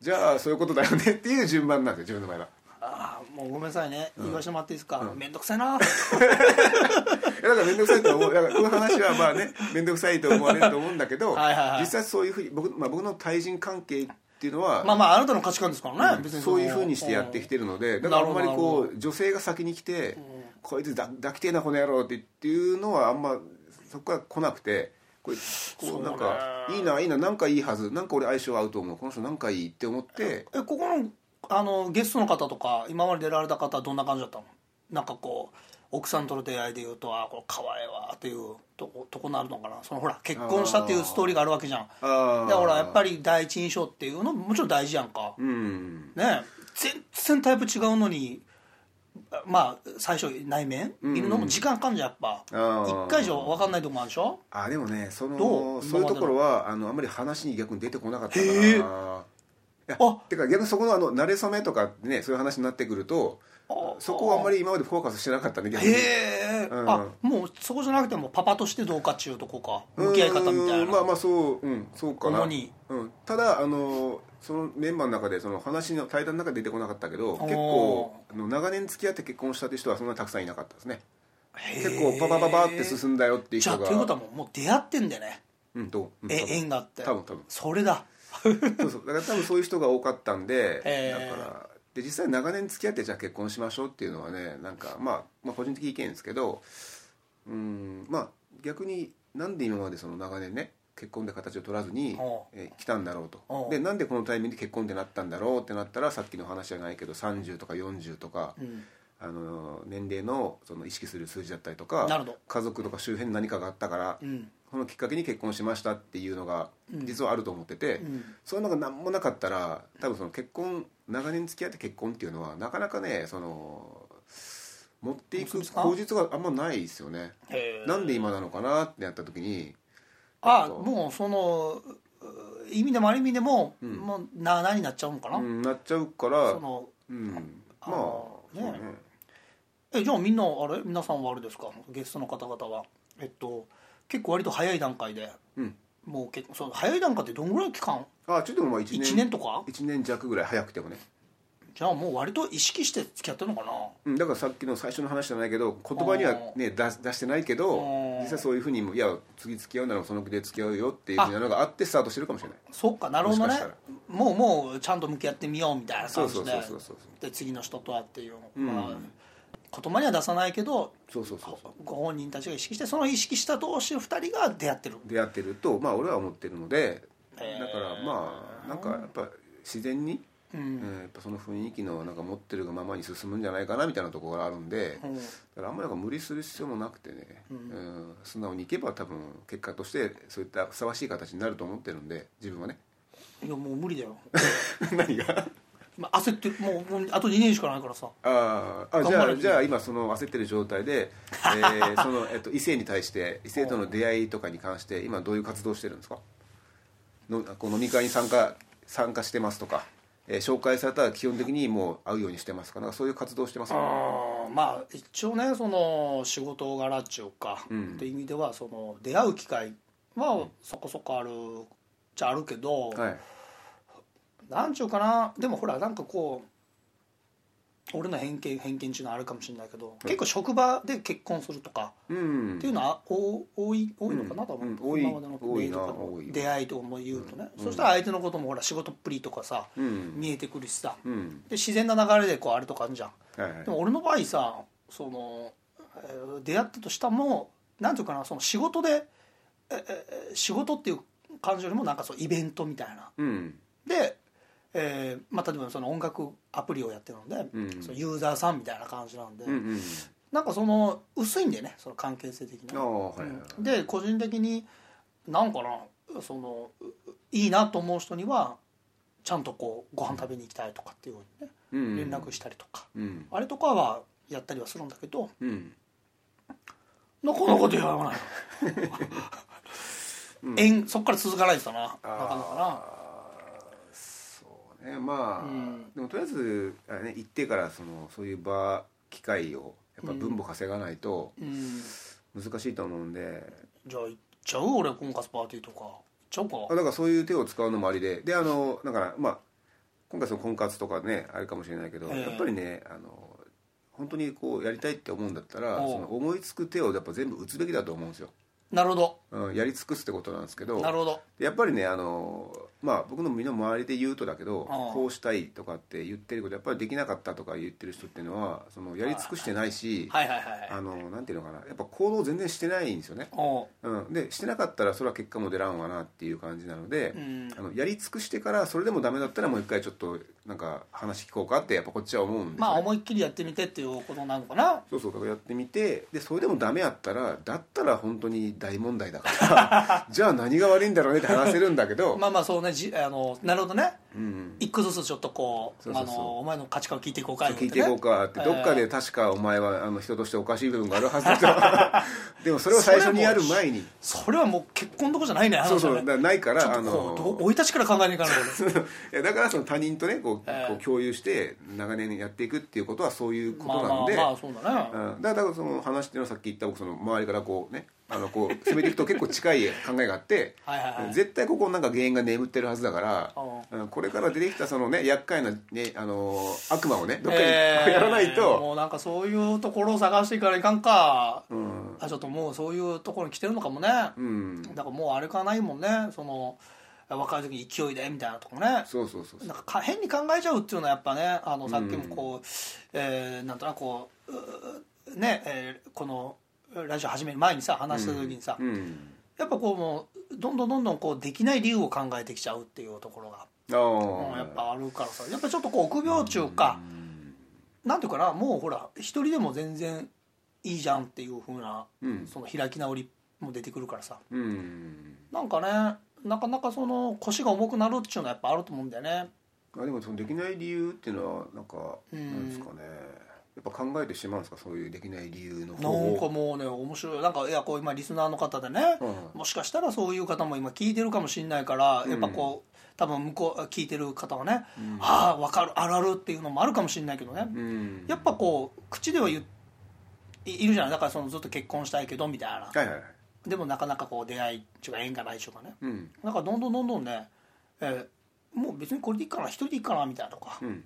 Speaker 1: じゃあそういうことだよねっていう順番なんですよ自分の場合は
Speaker 2: ああもうごめんなさいね言わせてもらっていいですか、めんどくさいな
Speaker 1: いやだから面倒くさいと思うだからこの話はまあね面倒くさいと思われると思うんだけど
Speaker 2: はいはいはい
Speaker 1: 実際そういうふうに僕,、まあ、僕の対人関係っていうのは、
Speaker 2: まあまああなたの価値観ですからね、別に
Speaker 1: そういうふうにしてやってきてるのでだからあんまり
Speaker 2: なるほどな
Speaker 1: こう女性が先に来て、こいつだ抱きてえなこの野郎ってっていうのはあんまそこから来なくてこれこうなんかいいないいななんかいいはずなんか俺相性合うと思うこの人なんかいいって思って
Speaker 2: えここのあのゲストの方とか今まで出られた方はどんな感じだったのなんかこう奥さんとの出会いでいうとあこれ可愛いわっていうとことこなるのかなそのほら結婚したっていうストーリーがあるわけじゃん
Speaker 1: あー
Speaker 2: だからやっぱり第一印象っていうのももちろん大事やんか、
Speaker 1: うん
Speaker 2: ね全然タイプ違うのにまあ最初内面見るのも時間かかんじゃんやっぱ
Speaker 1: あー
Speaker 2: 1回以上分かんないとこもあるでしょ
Speaker 1: あでもねそ
Speaker 2: どう
Speaker 1: のそういうところはあのあんまり話に逆に出てこなかったか
Speaker 2: へ
Speaker 1: な
Speaker 2: え
Speaker 1: いや
Speaker 2: あ
Speaker 1: てか逆にそこのあの慣れ初めとかねそういう話になってくるとそこはあんまり今までフォーカスしてなかったね逆
Speaker 2: へ
Speaker 1: に
Speaker 2: え、
Speaker 1: うん
Speaker 2: あもうそこじゃなくてもパパとしてどうかっちゅうとこか向き合い方みたいな
Speaker 1: うーんまあまあそううんそうかな
Speaker 2: 主に
Speaker 1: うん、ただあのそのメンバーの中でその話の対談の中で出てこなかったけど結構あの長年付き合って結婚したって人はそんなにたくさんいなかったですね結構パパパパって進んだよっていう
Speaker 2: じゃあ
Speaker 1: 人
Speaker 2: と
Speaker 1: が
Speaker 2: いうことはもうもう出会ってんだよね
Speaker 1: うんと、うん、
Speaker 2: え
Speaker 1: 多分
Speaker 2: 縁があって
Speaker 1: 多分多分
Speaker 2: それだ
Speaker 1: そうそうだから多分そういう人が多かったんで、
Speaker 2: へー
Speaker 1: だからで実際長年付き合ってじゃあ結婚しましょうっていうのはねなんか、まあ、まあ個人的意見ですけどうんまあ逆になんで今までその長年ね結婚で形を取らずに
Speaker 2: おう、
Speaker 1: えー来たんだろう
Speaker 2: お
Speaker 1: と
Speaker 2: う
Speaker 1: でなんでこのタイミングで結婚ってなったんだろうってなったらさっきの話じゃないけど30とか40とか、
Speaker 2: ん
Speaker 1: あのー年齢のその意識する数字だったりとか
Speaker 2: なるほど
Speaker 1: 家族とか周辺に何かがあったから、
Speaker 2: うん
Speaker 1: そのきっかけに結婚しましたっていうのが実はあると思ってて、そういうのが何もなかったら多分その結婚長年付き合って結婚っていうのはなかなかねその持ってい
Speaker 2: 持
Speaker 1: く
Speaker 2: つんですか
Speaker 1: 口実があんまないですよね
Speaker 2: へー
Speaker 1: なんで今なのかなってやった時に
Speaker 2: あもうそのう意味でもある意味でも、もうな何になっちゃうのかな、
Speaker 1: うんなっちゃうから
Speaker 2: その
Speaker 1: うんまあ
Speaker 2: あ
Speaker 1: そう
Speaker 2: ーね
Speaker 1: ね
Speaker 2: えじゃあみんなあれ皆さんはあれですかゲストの方々はえっと結構割と早い段階で
Speaker 1: うん
Speaker 2: もう結構その早い段階ってどんぐらいの期間
Speaker 1: あちょっとでもまあ1年
Speaker 2: 一年とか
Speaker 1: 1年弱ぐらい早くてもね
Speaker 2: じゃあもう割と意識して付き合ってるのかな
Speaker 1: うん、だからさっきの最初の話じゃないけど言葉には、ね、出出してないけど
Speaker 2: うん
Speaker 1: 実際そういうふうにもいや次付き合うならその気で付き合うよっていうふうなのがあってスタートしてるかもしれない
Speaker 2: そっかなるほど
Speaker 1: も
Speaker 2: ね
Speaker 1: しかした
Speaker 2: もうもうちゃんと向き合ってみようみたいな感じで
Speaker 1: そうそうそうそうそう
Speaker 2: で次の人とはっていう、
Speaker 1: ん
Speaker 2: まあ、言葉には出さないけど
Speaker 1: そうそうそうそう
Speaker 2: ご本人たちが意識してその意識した同士の2人が出会ってる
Speaker 1: 出会ってるとまあ俺は思ってるのでだ
Speaker 2: へー
Speaker 1: からまあなんかやっぱ自然に、え
Speaker 2: うん、
Speaker 1: ーやっぱその雰囲気のなんか持ってるがままに進むんじゃないかなみたいなところがあるんで、
Speaker 2: うん
Speaker 1: だからあんまりなんか無理する必要もなくてね、うん素直にいけば多分結果としてそういった ふさわしい形になると思ってるんで自分はね
Speaker 2: いやもう無理だよ
Speaker 1: 何が
Speaker 2: 今焦ってもうもうあと2年しかないからさ
Speaker 1: あーあ
Speaker 2: 頑
Speaker 1: じ
Speaker 2: 張
Speaker 1: ゃ
Speaker 2: る
Speaker 1: あじゃあ今その焦ってる状態 で、えーそのえっと、異性に対して異性との出会いとかに関して今どういう活動をしてるんですかのこう飲み会に参加参加してますとか、えー紹介されたら基本的にもう会うようにしてますかなんかそういう活動をしてますか
Speaker 2: あーまあ一応ねその仕事柄っちゅうか、
Speaker 1: うん
Speaker 2: っていう意味ではその出会う機会はそこそこあるっちゃあるけど、
Speaker 1: はい
Speaker 2: なんちゅうかなでもほらなんかこう俺の偏見偏見っちゅうのはあるかもしれないけど、結構職場で結婚するとか
Speaker 1: うん
Speaker 2: っていうのはお多い多いのかな
Speaker 1: うん
Speaker 2: と思う、
Speaker 1: うん多い
Speaker 2: 今までの
Speaker 1: 多いな
Speaker 2: メールとかの
Speaker 1: 多い
Speaker 2: 出会いとも言うとね、そしたら相手のこともほら仕事っぷりとかさ、
Speaker 1: うん
Speaker 2: 見えてくるしさ
Speaker 1: うん
Speaker 2: で自然な流れでこうあれとかあるじゃん
Speaker 1: はいはい
Speaker 2: でも俺の場合さその、えー出会ったとしたもなんていうかなその仕事でえええ仕事っていう感じよりもなんかそうイベントみたいな
Speaker 1: うん
Speaker 2: で、えーまあ、例えばその音楽アプリをやってるので、
Speaker 1: うん
Speaker 2: そのユーザーさんみたいな感じなんで、
Speaker 1: うんうん
Speaker 2: なんかその薄いんだよねその関係性的
Speaker 1: あ
Speaker 2: な。
Speaker 1: あはいはい
Speaker 2: うんで個人的になんかなそのういいなと思う人にはちゃんとこうご飯食べに行きたいとかっていうふう
Speaker 1: う
Speaker 2: に
Speaker 1: ん
Speaker 2: ね連絡したりとか、
Speaker 1: うん
Speaker 2: あれとかはやったりはするんだけど
Speaker 1: うん
Speaker 2: なかなか出会わない、 縁そっから続かないですななかなか
Speaker 1: そうねまあ、
Speaker 2: うん
Speaker 1: でもとりあえずあれね行ってからそのそういう場機会をやっぱ分母稼がないと
Speaker 2: なうん
Speaker 1: 難しいと思うんで、
Speaker 2: じゃあ行っちゃう俺婚活パーティーとか行っちゃうか
Speaker 1: あだからそういう手を使うのもありでであのだからまあ今回その婚活とかねあれかもしれないけど、
Speaker 2: ええ
Speaker 1: やっぱりねあの本当にこうやりたいって思うんだったら
Speaker 2: おう
Speaker 1: その思いつく手をやっぱ全部打つべきだと思うんですよ、
Speaker 2: なるほど
Speaker 1: うん、やり尽くすってことなんですけど
Speaker 2: なるほど
Speaker 1: やっぱりねあの、まあ、僕の身の回りで言うとだけど
Speaker 2: ああ
Speaker 1: こうしたいとかって言ってることやっぱりできなかったとか言ってる人っていうのはそのやり尽くしてないし
Speaker 2: はいはいはいは
Speaker 1: あ
Speaker 2: い
Speaker 1: のなんていうのかなやっぱ行動全然してないんですよね、
Speaker 2: おう
Speaker 1: うん、でしてなかったらそれは結果も出らんわなっていう感じなので、
Speaker 2: うん
Speaker 1: あのやり尽くしてからそれでもダメだったらもう一回ちょっとなんか話聞こうかってやっぱこっちは思うんですよね
Speaker 2: まあ思いっきりやってみてっていうことなのかな
Speaker 1: そうそうだからやってみてでそれでもダメやったらだったら本当に大問題だから じゃあ何が悪いんだろうねって話せるんだけど、
Speaker 2: まあまあそうねじあのなるほどね
Speaker 1: うん、
Speaker 2: 一個ずつちょっとこう
Speaker 1: そうそうそう
Speaker 2: あのお前の価値観を聞いていこうか
Speaker 1: 聞いていこうかって、
Speaker 2: えー
Speaker 1: どっかで確かお前はあの人としておかしい部分があるはずだ とでもそれを最初にやる前に
Speaker 2: それはもう結婚どころじゃないね
Speaker 1: そうそう
Speaker 2: 話
Speaker 1: だ
Speaker 2: はね
Speaker 1: からないから
Speaker 2: ちょっ
Speaker 1: あ
Speaker 2: とこうど
Speaker 1: の
Speaker 2: う生い立ちから考えにいかないとね
Speaker 1: いやだ からその他人とねこう,、
Speaker 2: えー
Speaker 1: こう共有して長年やっていくっていうことはそういうこ
Speaker 2: まあ
Speaker 1: とな
Speaker 2: ま
Speaker 1: ん
Speaker 2: あ
Speaker 1: で、
Speaker 2: まあそうだね、
Speaker 1: うん、だからだからその話っていうのはさっき言った僕その周りからこうねあのこう攻めていくと結構近い考えがあって
Speaker 2: はいはいはい
Speaker 1: 絶対ここなんか原因が眠ってるはずだから
Speaker 2: う
Speaker 1: うんこれから出てきたそのね厄介な、ね、あの悪魔をねどっかにこ
Speaker 2: え
Speaker 1: う
Speaker 2: ー
Speaker 1: やらないと、
Speaker 2: もうなんかそういうところを探していからいかんか、
Speaker 1: うん
Speaker 2: あちょっともうそういうところに来てるのかもね、
Speaker 1: うん、
Speaker 2: だからもうあれかないもんねその若い時に勢いでみたいなとこね
Speaker 1: そうそうそうそう
Speaker 2: なんかか変に考えちゃうっていうのはやっぱねあのさっきもこう、えーなんとなくこうううね、えーこのラジオ始める前にさ話した時にさ、
Speaker 1: うん、
Speaker 2: やっぱこうもうどんどんどんどんこうできない理由を考えてきちゃうっていうところが、
Speaker 1: あ
Speaker 2: うん
Speaker 1: あ
Speaker 2: やっぱあるからさやっぱちょっとこう臆病中か、なんていうかなもうほら一人でも全然いいじゃんっていうふうな、
Speaker 1: うん
Speaker 2: その開き直りも出てくるからさ
Speaker 1: うん
Speaker 2: なんかねなかなかその腰が重くなるっていうのはやっぱあると思うんだよね。
Speaker 1: あでもそのできない理由っていうのはなんか、
Speaker 2: うん
Speaker 1: なんですかねやっぱ考えてしまうんですかそういうできない理由の
Speaker 2: な
Speaker 1: 方
Speaker 2: んか
Speaker 1: を
Speaker 2: もうね面白いなんかいやこう今リスナーの方でね、
Speaker 1: うん
Speaker 2: もしかしたらそういう方も今聞いてるかもしれないからやっぱこう、多分向こう聞いてる方はね、ああ分かるあるあるっていうのもあるかもしれないけどね、
Speaker 1: うん
Speaker 2: やっぱこう口では言ういいるじゃないだからそのずっと結婚したいけどみたいな
Speaker 1: はいはいはい
Speaker 2: でもなかなかこう出会いっていうか縁がないっていうかね
Speaker 1: うん
Speaker 2: なんかどんどんどんどんね、えーもう別にこれでいいかな一人でいいかなみたいなとか
Speaker 1: うん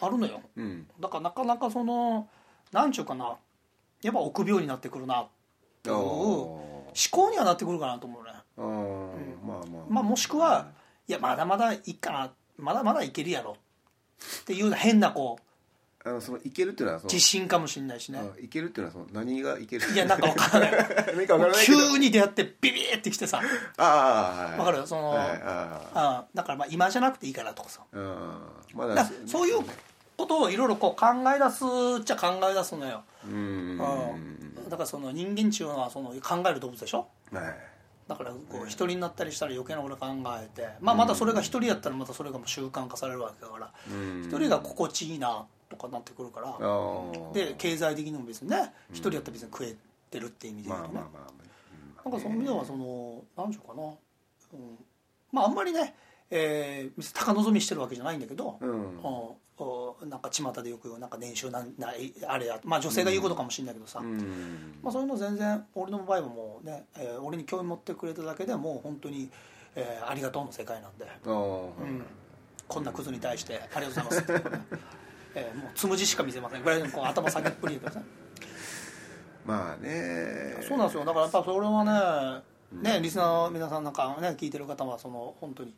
Speaker 2: あるのよ、
Speaker 1: うんうん
Speaker 2: だからなかなかそのなんちゅうかなやっぱ臆病になってくるなっていう思考にはなってくるかなと思うね、
Speaker 1: あーあー、まあまあ
Speaker 2: まあ、もしくはいやまだまだいいかなまだまだいけるやろっていうような変なこう
Speaker 1: あのそのいけるっていうのはその
Speaker 2: 自信かもしれないしね
Speaker 1: あいけるっていうのはその何がいける
Speaker 2: いやなんかわかんない
Speaker 1: 何かわからないけど
Speaker 2: 急に出会ってビビーってきてさ
Speaker 1: ああはい
Speaker 2: わかるその
Speaker 1: はいああ
Speaker 2: あだからまあ今じゃなくていいからとかさ
Speaker 1: うんま
Speaker 2: だか
Speaker 1: だ
Speaker 2: らそういうことをいろいろこう考え出すっちゃ考え出すのよ、
Speaker 1: うん
Speaker 2: うん、だからその人間っちゅうのはその考える動物でしょ
Speaker 1: はい
Speaker 2: だからこう一人になったりしたら余計なこと考えて、まあ、またそれが一人やったらまたそれがもう習慣化されるわけだから
Speaker 1: うん
Speaker 2: 一人が心地いいなとかなってくるから、
Speaker 1: あー
Speaker 2: で経済的にも別にね一人やったら別に食えてるって意味で言
Speaker 1: まあ
Speaker 2: う
Speaker 1: ま
Speaker 2: と
Speaker 1: あ
Speaker 2: ね、
Speaker 1: まあまあ、
Speaker 2: なんかそういう意味ではその何でしょうかな、うん、まああんまりね、えー、別に高望みしてるわけじゃないんだけど、
Speaker 1: うん
Speaker 2: おおなんか巷でよく言うなんか年収なんないあれやまあ女性が言うことかもしれないけどさ、
Speaker 1: うん
Speaker 2: まあ、そういうの全然俺の場合はもうね、えー俺に興味持ってくれただけでもう本当に、えーありがとうの世界なんで、
Speaker 1: あー
Speaker 2: うん、こんなクズに対してありがとうございます、 えーもうつむじしか見せませんぐらいのこう頭下げっぷりでさ
Speaker 1: まあね
Speaker 2: そうなんですよだからやっぱそれはねねリスナーの皆さんなんかね聞いてる方はその本当に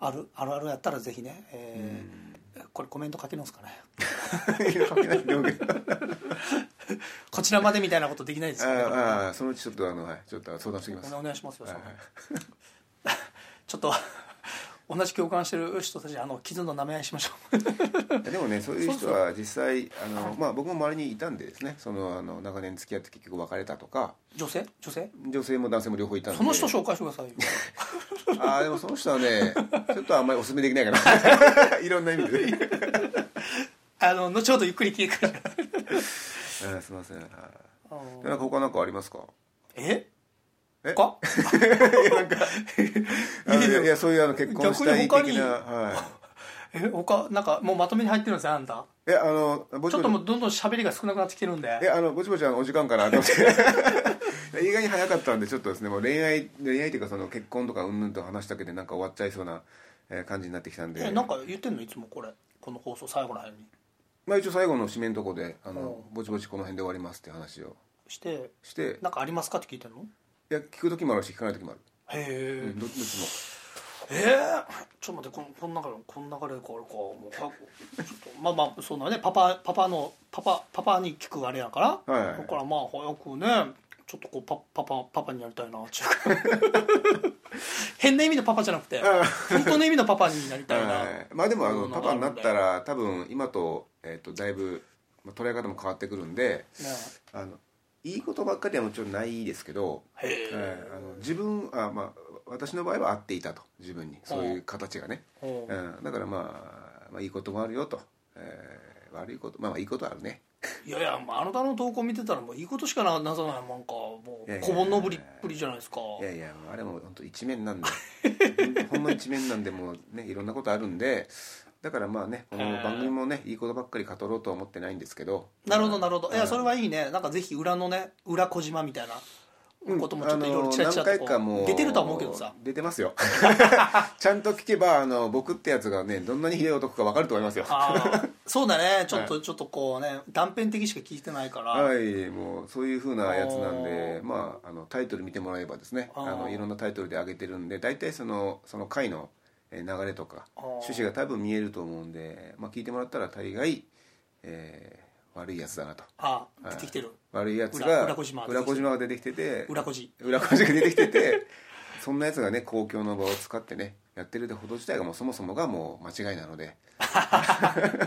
Speaker 2: あるあるあるやったらぜひね、えーこれコメント書けるんですかね
Speaker 1: 書けない表現
Speaker 2: こちらまでみたいなことできないですよねこれ
Speaker 1: ああそのうちちょっとあのはいちょっと相談してきます
Speaker 2: お願いしますよ、
Speaker 1: はいはい
Speaker 2: ちょっと同じ共感してる人たちあの傷の舐め合いしましょう
Speaker 1: でもねそういう人は実際あの、まあ、僕も周りにいたんでですねそのあの長年付き合って結局別れたとか
Speaker 2: 女性女性
Speaker 1: 女性も男性も両方いたんで
Speaker 2: その人紹介してくださいよ
Speaker 1: ああでもその人はねちょっとあんまりおすすめできないか ないろんな意味で、ね、
Speaker 2: あの後ほどゆっくり聞いてくれ
Speaker 1: あすいませんはいでなんか他なんかありますか
Speaker 2: え
Speaker 1: え
Speaker 2: 他
Speaker 1: あのいやいやそういうあの結婚したい的
Speaker 2: 逆に
Speaker 1: な、
Speaker 2: 他
Speaker 1: は
Speaker 2: え他なんかもうまとめに入ってるんですよあんた
Speaker 1: い、いやあのぼ
Speaker 2: ち
Speaker 1: ち
Speaker 2: ょ
Speaker 1: ぼ
Speaker 2: っと
Speaker 1: ち
Speaker 2: もうどんどん喋りが少なくなってきてるん
Speaker 1: い
Speaker 2: で
Speaker 1: やあのぼちぼちあのお時間かなと 思っていや意外に早かったんでちょっとですねもう恋愛恋愛というかその結婚とかうんぬんと話しただけでなんか終わっちゃいそうなえー感じになってきたんで
Speaker 2: えなんか言ってんのいつもこれこの放送最後の辺に
Speaker 1: まあ、一応最後の締めのとこであの、ぼちぼちこの辺で終わりますっていう話を
Speaker 2: して
Speaker 1: して
Speaker 2: なんかありますかって聞いてんの
Speaker 1: いや聞く時もあるし聞かない時もある、
Speaker 2: へえ、
Speaker 1: うん、どどっちも
Speaker 2: えー、ちょっと待ってこん こん中でこん中でこれかもうかちょっとまあまあそんなねパパパパのパパパパに聞くあれやから、
Speaker 1: はいはい
Speaker 2: だからまあ早くねちょっとこうパパパパパになりたいなっていうか変な意味のパパじゃなくて本当の意味のパパになりたいな、
Speaker 1: はいまあでもあ
Speaker 2: そうい
Speaker 1: の
Speaker 2: うのが
Speaker 1: パパになったら多分今と,、えー、とだいぶ、まあ、捉え方も変わってくるんで
Speaker 2: ね
Speaker 1: あのいいことばっかりはもちろんないですけど、
Speaker 2: へえ
Speaker 1: えーあの自分あ、まあ、私の場合は合っていたと自分にそういう形がね、
Speaker 2: ほう
Speaker 1: うん、だから、まあ、まあいいこともあるよと、えー悪いことまあまあいいことはあるね
Speaker 2: いやいや、まあ、あなたの投稿見てたらもういいことしかななさないなんかも
Speaker 1: いやいうや
Speaker 2: 小盆のぶりっぷりじゃないですか
Speaker 1: いやいやあれも本当一面なんで ほんま一面なんでもうねいろんなことあるんでだからまあねこの番組もねいいことばっかり語ろうとは思ってないんですけど
Speaker 2: なるほどなるほどいやそれはいいねなんかぜひ裏のね裏小島みたいなこともちょっといろいろチラチラ
Speaker 1: あの何
Speaker 2: と
Speaker 1: 回かも
Speaker 2: こ
Speaker 1: う
Speaker 2: う出てるとは思うけどさ
Speaker 1: 出てますよ ちゃんと聞けばあの僕ってやつがねどんなにひどい男か分かると思いますよは
Speaker 2: あ ーそうだねちょっとちょっとこうね断片的しか聞いてないから
Speaker 1: いもうそういうふうなやつなんで
Speaker 2: あー
Speaker 1: まああのタイトル見てもらえばですね
Speaker 2: あ
Speaker 1: あ
Speaker 2: ー
Speaker 1: のいろんなタイトルで上げてるんで大体そのその回のえー流れとか
Speaker 2: あー
Speaker 1: 趣旨が多分見えると思うんで、まあ、聞いてもらったら大概、えー悪いやつだなと
Speaker 2: あー
Speaker 1: はい
Speaker 2: 出てきてる
Speaker 1: 悪いやつ
Speaker 2: 裏
Speaker 1: が
Speaker 2: 裏小島が出てき
Speaker 1: 裏小島が出てき
Speaker 2: て
Speaker 1: てて
Speaker 2: 裏小島
Speaker 1: 裏小島が出てきてて そんなやつがね公共の場を使ってねやってるってこと自体がもうそもそもがもう間違いなので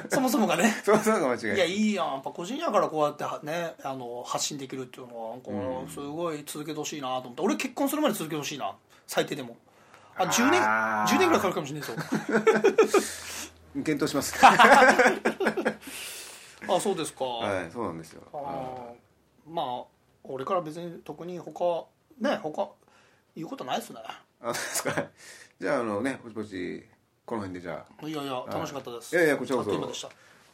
Speaker 2: そもそもがね
Speaker 1: そもそもが間違
Speaker 2: い
Speaker 1: い
Speaker 2: やいいやんやっぱ個人やからこうやってはねあの発信できるっていうのはなんか俺はすごい続けてほしいなと思って俺結婚するまで続けてほしいな最低でもあ10年
Speaker 1: あー
Speaker 2: 10年ぐらいかかるかもしれないですよ
Speaker 1: 検討し ます
Speaker 2: あそうですか、
Speaker 1: はいそうなんですよ
Speaker 2: あーまあ俺から別に特に他ね他言うことないっすね
Speaker 1: あそうですか じゃああのねぼちぼちこの辺でじゃあ
Speaker 2: いやいや楽しかったです、
Speaker 1: いやいやこちらこそ
Speaker 2: あっという間でした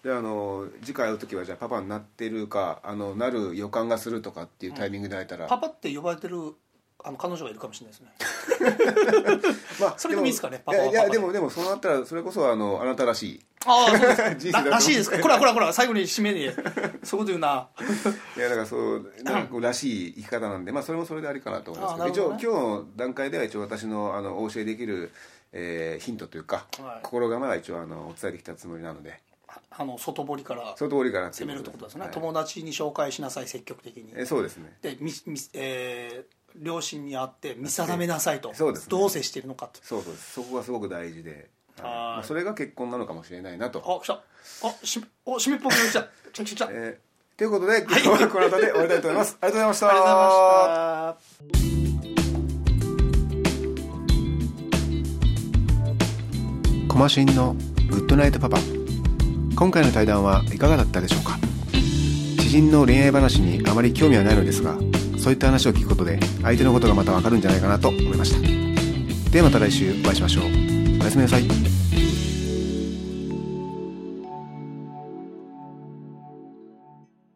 Speaker 1: であの次回会う時はじゃあパパになってるかあのなる予感がするとかっていうタイミングで会えたら、
Speaker 2: パパって呼ばれてるあの彼女がいるかもしれ ないですね
Speaker 1: まあ
Speaker 2: それでもいいですかね
Speaker 1: もいやいや
Speaker 2: パパはパパで
Speaker 1: でもでもそうなったらそれこそあのあなたらしい
Speaker 2: ああそうですか
Speaker 1: 人生だと思
Speaker 2: ら
Speaker 1: う
Speaker 2: らしいですかこらこらこら最後に締めに そういうこと言うない
Speaker 1: やだからそうなんかこうらしい生き方なんで、まあ、それもそれでありかなと思いますけど
Speaker 2: あーなるほどね
Speaker 1: 一応今日の段階では一応私のあのお教えできる、えーヒントというか、
Speaker 2: はい
Speaker 1: 心構えは一応あのお伝えできたつもりなので
Speaker 2: あの外堀から
Speaker 1: その通りかな
Speaker 2: 攻めるってことですね、
Speaker 1: はい
Speaker 2: 友達に紹介しなさい積極的に
Speaker 1: えそうですね
Speaker 2: でみみ、えー両親に会って見定めなさいと
Speaker 1: そうですね
Speaker 2: どう接しているのかと
Speaker 1: そうそうですそこがすごく大事で、はい
Speaker 2: はい
Speaker 1: まあそれが結婚なのかもしれないなと
Speaker 2: あ来たあしお締めっぽくなってきた来た来た来たありが
Speaker 1: えーということで、 今日はこの後で終わりたいと思います。ありがとうございました。
Speaker 2: とうございました
Speaker 1: コマシンのグッドナイトパパ今回の対談はいかがだったでしょうか知人の恋愛話にあまり興味はないのですがそういった話を聞くことで相手のことがまたわかるんじゃないかなと思いましたではまた来週お会いしましょうおやすみなさい